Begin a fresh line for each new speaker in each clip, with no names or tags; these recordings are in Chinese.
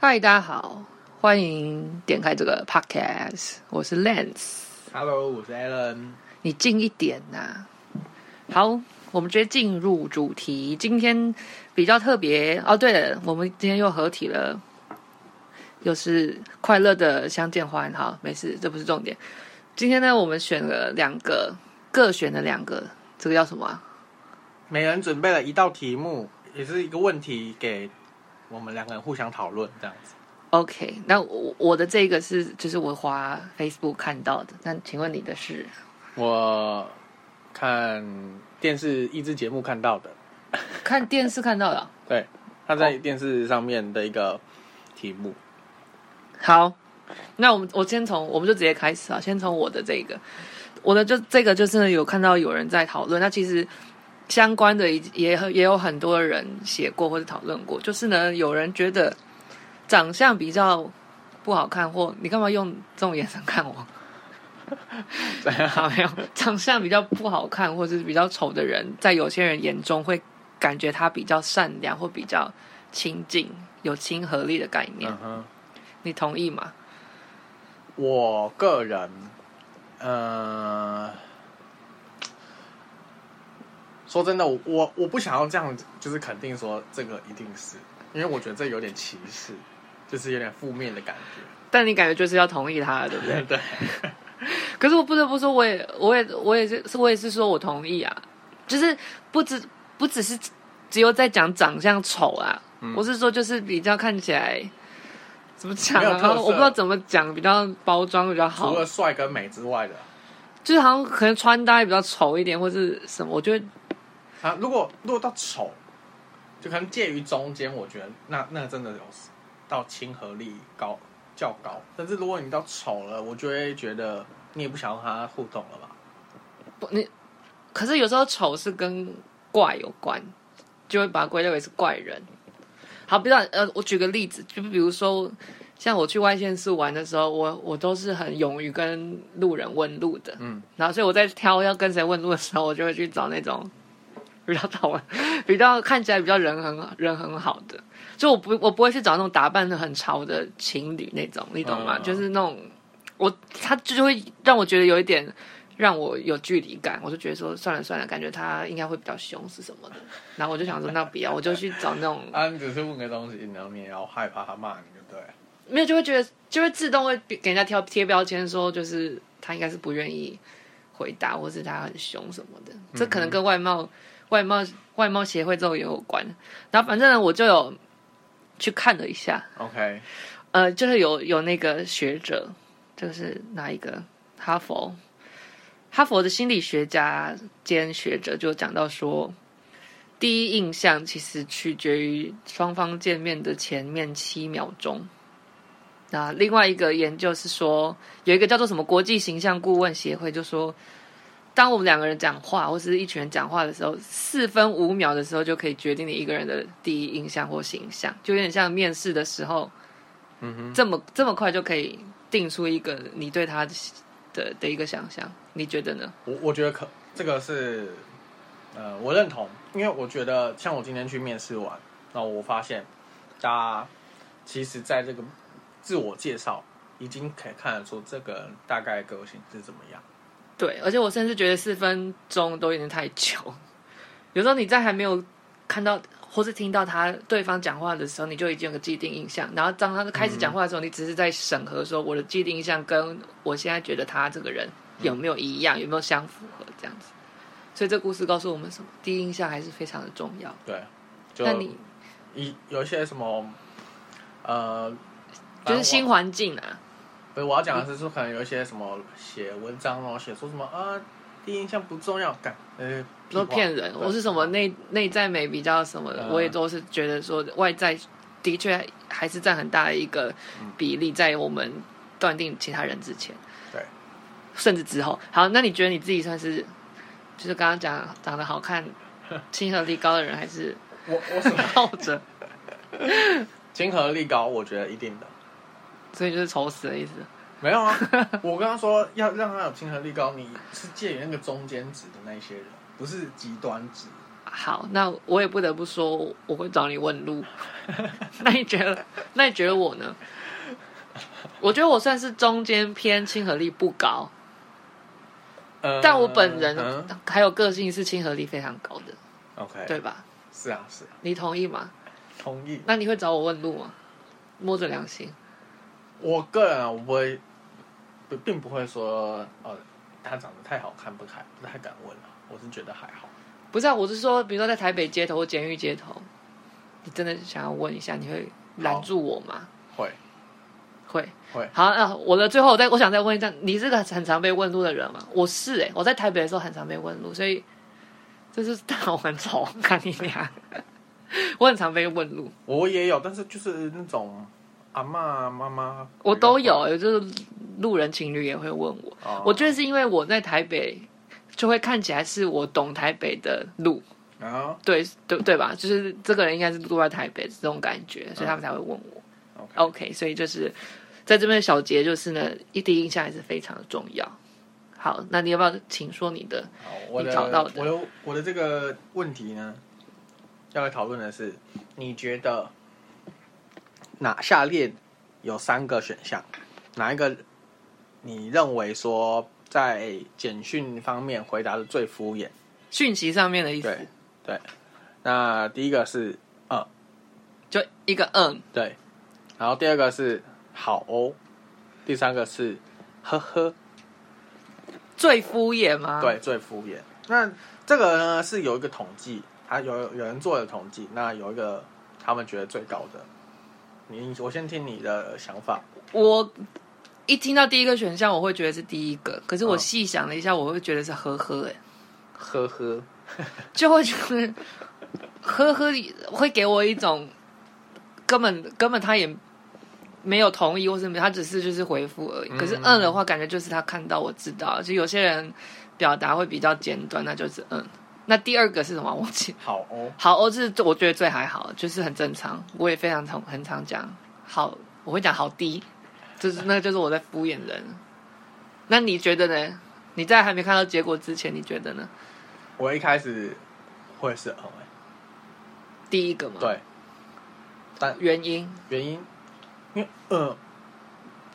嗨，大家好，欢迎点开这个 podcast，我是 Lance，
Hello，我是 Alan。
你近一点呐、好，我们直接进入主题，今天比较特别哦。对了，我们今天又合体了，又是快乐的相见欢。好，没事，这不是重点。今天呢，我们选了两个，各选了两个，这个叫什么、啊？
每人准备了一道题目，也是一个问题给我们两个人互相讨论，这样子。
OK，那我我的这个是就是我滑 Facebook 看到的，那请问你的是？
我看电视益智节目看到的，
看电视看到的啊、
对，他在电视上面的一个题目。
好，那我们我先从我们就直接开始啊，先从我的这个，我的就这个就是有看到有人在讨论，那其实相关的也也也有很多人写过或者讨论过，就是呢，有人觉得长相比较不好看，或你干嘛用这种眼神看我？
怎样？
好，没有，长相比较不好看或者是比较丑的人，在有些人眼中会感觉他比较善良或比较亲近，有亲和力的概念，
嗯哼，
你同意吗？
我个人，呃，说真的，我我我不想要这样，就是肯定说这个一定是，因为我觉得这有点歧视，就是有点负面的感觉。
但你感觉就是要同意他了，对不对？
对。
可是我不得不说，我也，我也，我也是，我也是说我同意啊，就是不只不只是只有在讲长相丑啊，
嗯
我是说就是比较看起来怎么讲
没有特
啊，
色
我不知道怎么讲比较包装比较好
除，了帅跟美之外的
就是好像可能穿搭也比较丑一点或是什么，我觉得
啊，如果如果到丑，就可能介于中间，我觉得那那真的有到亲和力高较高。但是如果你到丑了，我就会觉得你也不想要跟他互动了吧？
不你，可是有时候丑是跟怪有关，就会把它归类为是怪人。好，比如呃，我举个例子，就比如说，像我去外县市玩的时候，我我都是很勇于跟路人问路的，
嗯，
然后所以我在挑要跟谁问路的时候，我就会去找那种 比较讨厌、比较看起来比较人很好人很好的，就我不我不会去找那种打扮的很潮的情侣那种，你懂吗？
嗯
就是那种我他就会让我觉得有一点让我有距离感，我就觉得说算了算了，感觉他应该会比较凶是什么的，然后我就想说那不要，我就去找那种
啊，你只是问个东西，然后你也要害怕他骂你，对不对了？
没有就会觉得就会自动会给人家贴贴标签，说就是他应该是不愿意回答，或是他很凶什么的。这可能跟外貌、外貌、外貌协会这种也有关。然后反正呢，我就有去看了一下，
OK，
呃，就是有有那个学者，就是哪一个哈佛哈佛的心理学家兼学者就讲到说，第一印象其实取决于双方见面的前面七秒钟。那另外一个研究是说，有一个叫做什么国际形象顾问协会，就说，当我们两个人讲话或是一群人讲话的时候，四分五秒的时候就可以决定你一个人的第一印象或形象，就有点像面试的时候，
嗯哼，
这么这么快就可以定出一个你对他的的的一个想象，你觉得呢？
我我觉得可这个是，呃，我认同，因为我觉得像我今天去面试完，那我发现大家其实在这个自我介绍已经可以看得出这个人大概个性是怎么样。
对，而且我甚至觉得四分钟都有点太久，有时候你在还没有看到或是听到他对方讲话的时候，你就已经有个既定印象，然后当他开始讲话的时候，你只是在审核说我的既定印象跟我现在觉得他这个人有没有一样，有没有相符合这样子。所以这故事告诉我们什么？第一印象还是非常的重要。
对，就
那你
一有一些什么，呃，
就是新
我
环境啊，
不是我要讲的是说，可能有一些什么写文章哦，写说什么啊，第一印象不重要，感呃，
都骗人，
对
我是什么内内在美比较什么的，
嗯
我也都是觉得说外在的确还是占很大的一个比例，在我们断定其他人之前，
对，
甚至之后。好，那你觉得你自己算是就是刚刚讲长得好 看、亲和力高的人，还是
我我什么
后者？
亲和力高，我觉得一定的。
所以就是丑死的意思。
没有啊， 我刚刚说要让他有亲和力高，你是介于那个中间值的那一些人，不是极端值。
好，那我也不得不说，我会找你问 路。那你觉得？那你觉得我呢？我觉得我算是中间偏亲和力不高，
呃
但我本人
嗯哎
还有个性是亲和力非常高的，
OK，
对，吧？
是啊，是啊，
你同意吗？
同意。
那你会找我问路吗？摸着良心，
我个人啊，我不会，不并不会说，呃，他长得太好看，不太不太敢问啊。我是觉得还好。
不是啊，我是说，比如说在台北街头或监狱街头，你真的想要问一下，你会拦住我吗？
会，
会
会
好，那、我的最后我再我想再问一下，你是个很常被问路的人吗？我是诶、我在台北的时候很常被问路，所以这是大玩丑，看你俩， 我很常被问路，
我也有，但是就是那种阿嬷妈妈，
我都有、。
哎
就是路人情侣也会问我。
哦
我觉得是因为我在台北，就会看起来是我懂台北的路，
然后
对对对吧？就是这个人应该是住在台北这种感觉，所以他们才会问我。
OK，
OK，所以就是在这边的小结就是呢，一第一印象还是非常的重要。好，那你要不要请说你的？
好，我的
你找到的
我的我的这个问题呢，要来讨论的是，你觉得哪下列有三个选项，哪一个你认为说在简讯方面回答的最敷衍？
讯息上面的意思
对，对。那第一个是
就一个嗯，
对，然后第二个是好哦，第三个是呵呵，
最敷衍吗？
对，，最敷衍。那这个呢是有一个统计，他有有人做的统计，那有一个他们觉得最高的。你我先听你的想法，
我一听到第一个选项，我会觉得是第一个，可是我
嗯
细想了一下，我会觉得是呵呵、欸，
呵呵，
就会觉得呵呵会给我一种根本根本他也没有同意或是没有他只是就是回复而已。
嗯
可是嗯的话，感觉就是他看到我知道，就有些人表达会比较简短，那就是嗯。那第二个是什么？我记
好哦，
好哦，这是我觉得最还好，就是很正常，我也非常常很常讲好，我会讲好低，就是那个就是我在敷衍人。那你觉得呢？你在还没看到结果之前，你觉得呢？
我一开始会是嗯、欸，
第一个嘛，
对，但
原因
原因，因为嗯，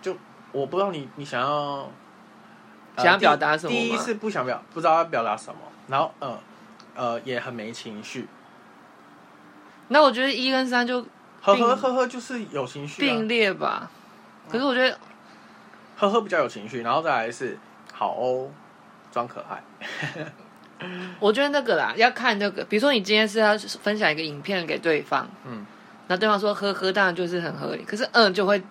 就我不知道你你想要、呃
想要
第
表达什么
第一
吗
是不想表，不知道要表达什么，然后嗯呃也很没情绪，
那我觉得一跟三就
呵
并
呵呵呵就是有情绪、啊
并，列吧。可是我觉得
呵呵比较有情绪，然后再来是好哦，装可爱，
我觉得那个啦，要看那个，比如说你今天是要分享一个影片给对方，
嗯，
那对方说呵呵，当然就是很合理。可是嗯就会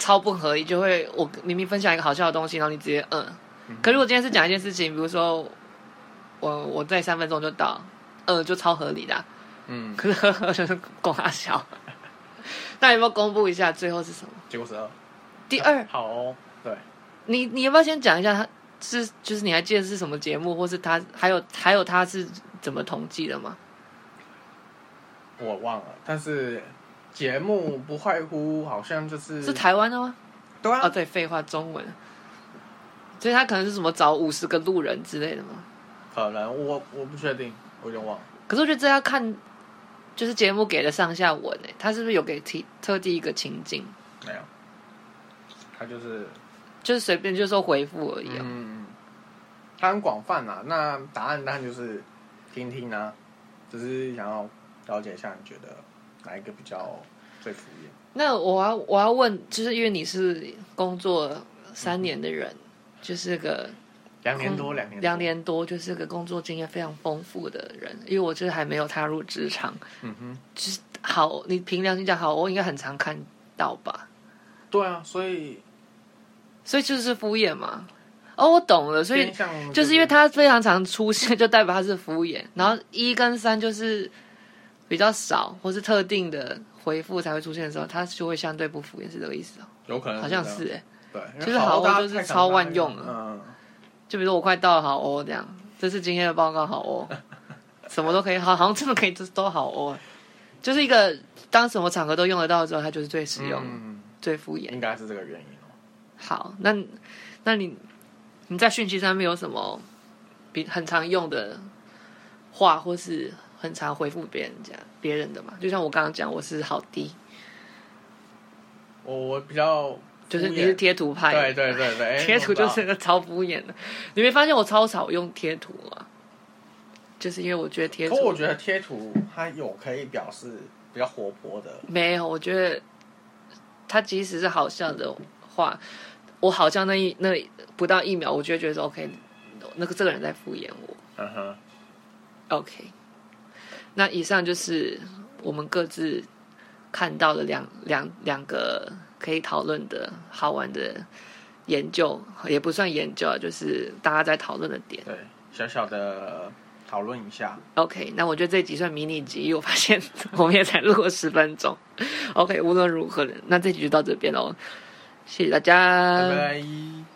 超不合理，就会我明明分享一个好笑的东西，然后你直接嗯。可如果今天是讲一件事情，比如说我我在三分钟就到，嗯就超合理的啊、
嗯，
可是呵呵就是公阿小。那你要不要公布一下最后是什么？
结果是二，
第二，
好哦，对，
你你要不要先讲一下他是就是你还记得是什么节目，或是他还有还有他是怎么统计的吗？
我忘了，但是节目不外乎好像就是
是台湾的吗？
对
哦，
啊，
对，废话，中文。所以他可能是什么找五十个路人之类的吗？
可能我我不确定，我有点忘了，
可是我觉得这要看，就是节目给的上下文诶，他是不是有给提特地一个情境，
没有，他就是
就是随便就说回复而已、啊。
嗯，它很广泛啊。那答案当然就是听听啊，只是想要了解一下，你觉得哪一个比较最敷衍？
那我要我要问，就是因为你是工作三年的人，就是个
两年多，两
嗯
年多，
两年多，就是个工作经验非常丰富的人。因为我就是还没有踏入职场，
嗯哼，
好，你凭良心讲，好，我应该很常看到吧？
对啊，所以
所以就是敷衍嘛。哦，我懂了，所以
偏向
就是因为它非常常出现，就代表它是敷衍。然后一跟三就是比较少，或是特定的回复才会出现的时候，它就会相对不敷衍，是这个意思哦。
有可能
好像
这样
是哎、
对，因为
就是
好
好
欧大家
就是
太常
超
拿
万
来
用
嗯，
就比如说我快到了，好哦，这样，这是今天的报告，好 哦，什么都可以，好，好像真的可以，这都好哦，就是一个当什么场合都用得到的时候，它就是最实用、
嗯，
最敷衍。
应该是这个原因哦。
好，那那你你在讯息上面有什么比很常用的话或是很常回复别人家别人的嘛。就像我刚刚讲，我是好低，
我我比较
就是
敷
你
衍
是贴图派，
对对对对，哎
贴图
我知道
就是个超敷衍的。你没发现我超少用贴图吗？就是因为我觉得贴图
可，我觉得贴图它有可以表示比较活泼的，
没有，我觉得他即使是好笑的话，我好像那一那不到一秒，我就会觉得说 OK，那个这个人在敷衍我。
嗯哼，
OK，那以上就是我们各自看到的两两两个可以讨论的好玩的研究，也不算研究啊，就是大家在讨论的点。
对，小小的讨论一下，
OK，那我觉得这集算迷你集，因为我发现 我们也才录了十分钟。OK，无论如何，那这集就到这边喽，谢谢大家，
拜拜。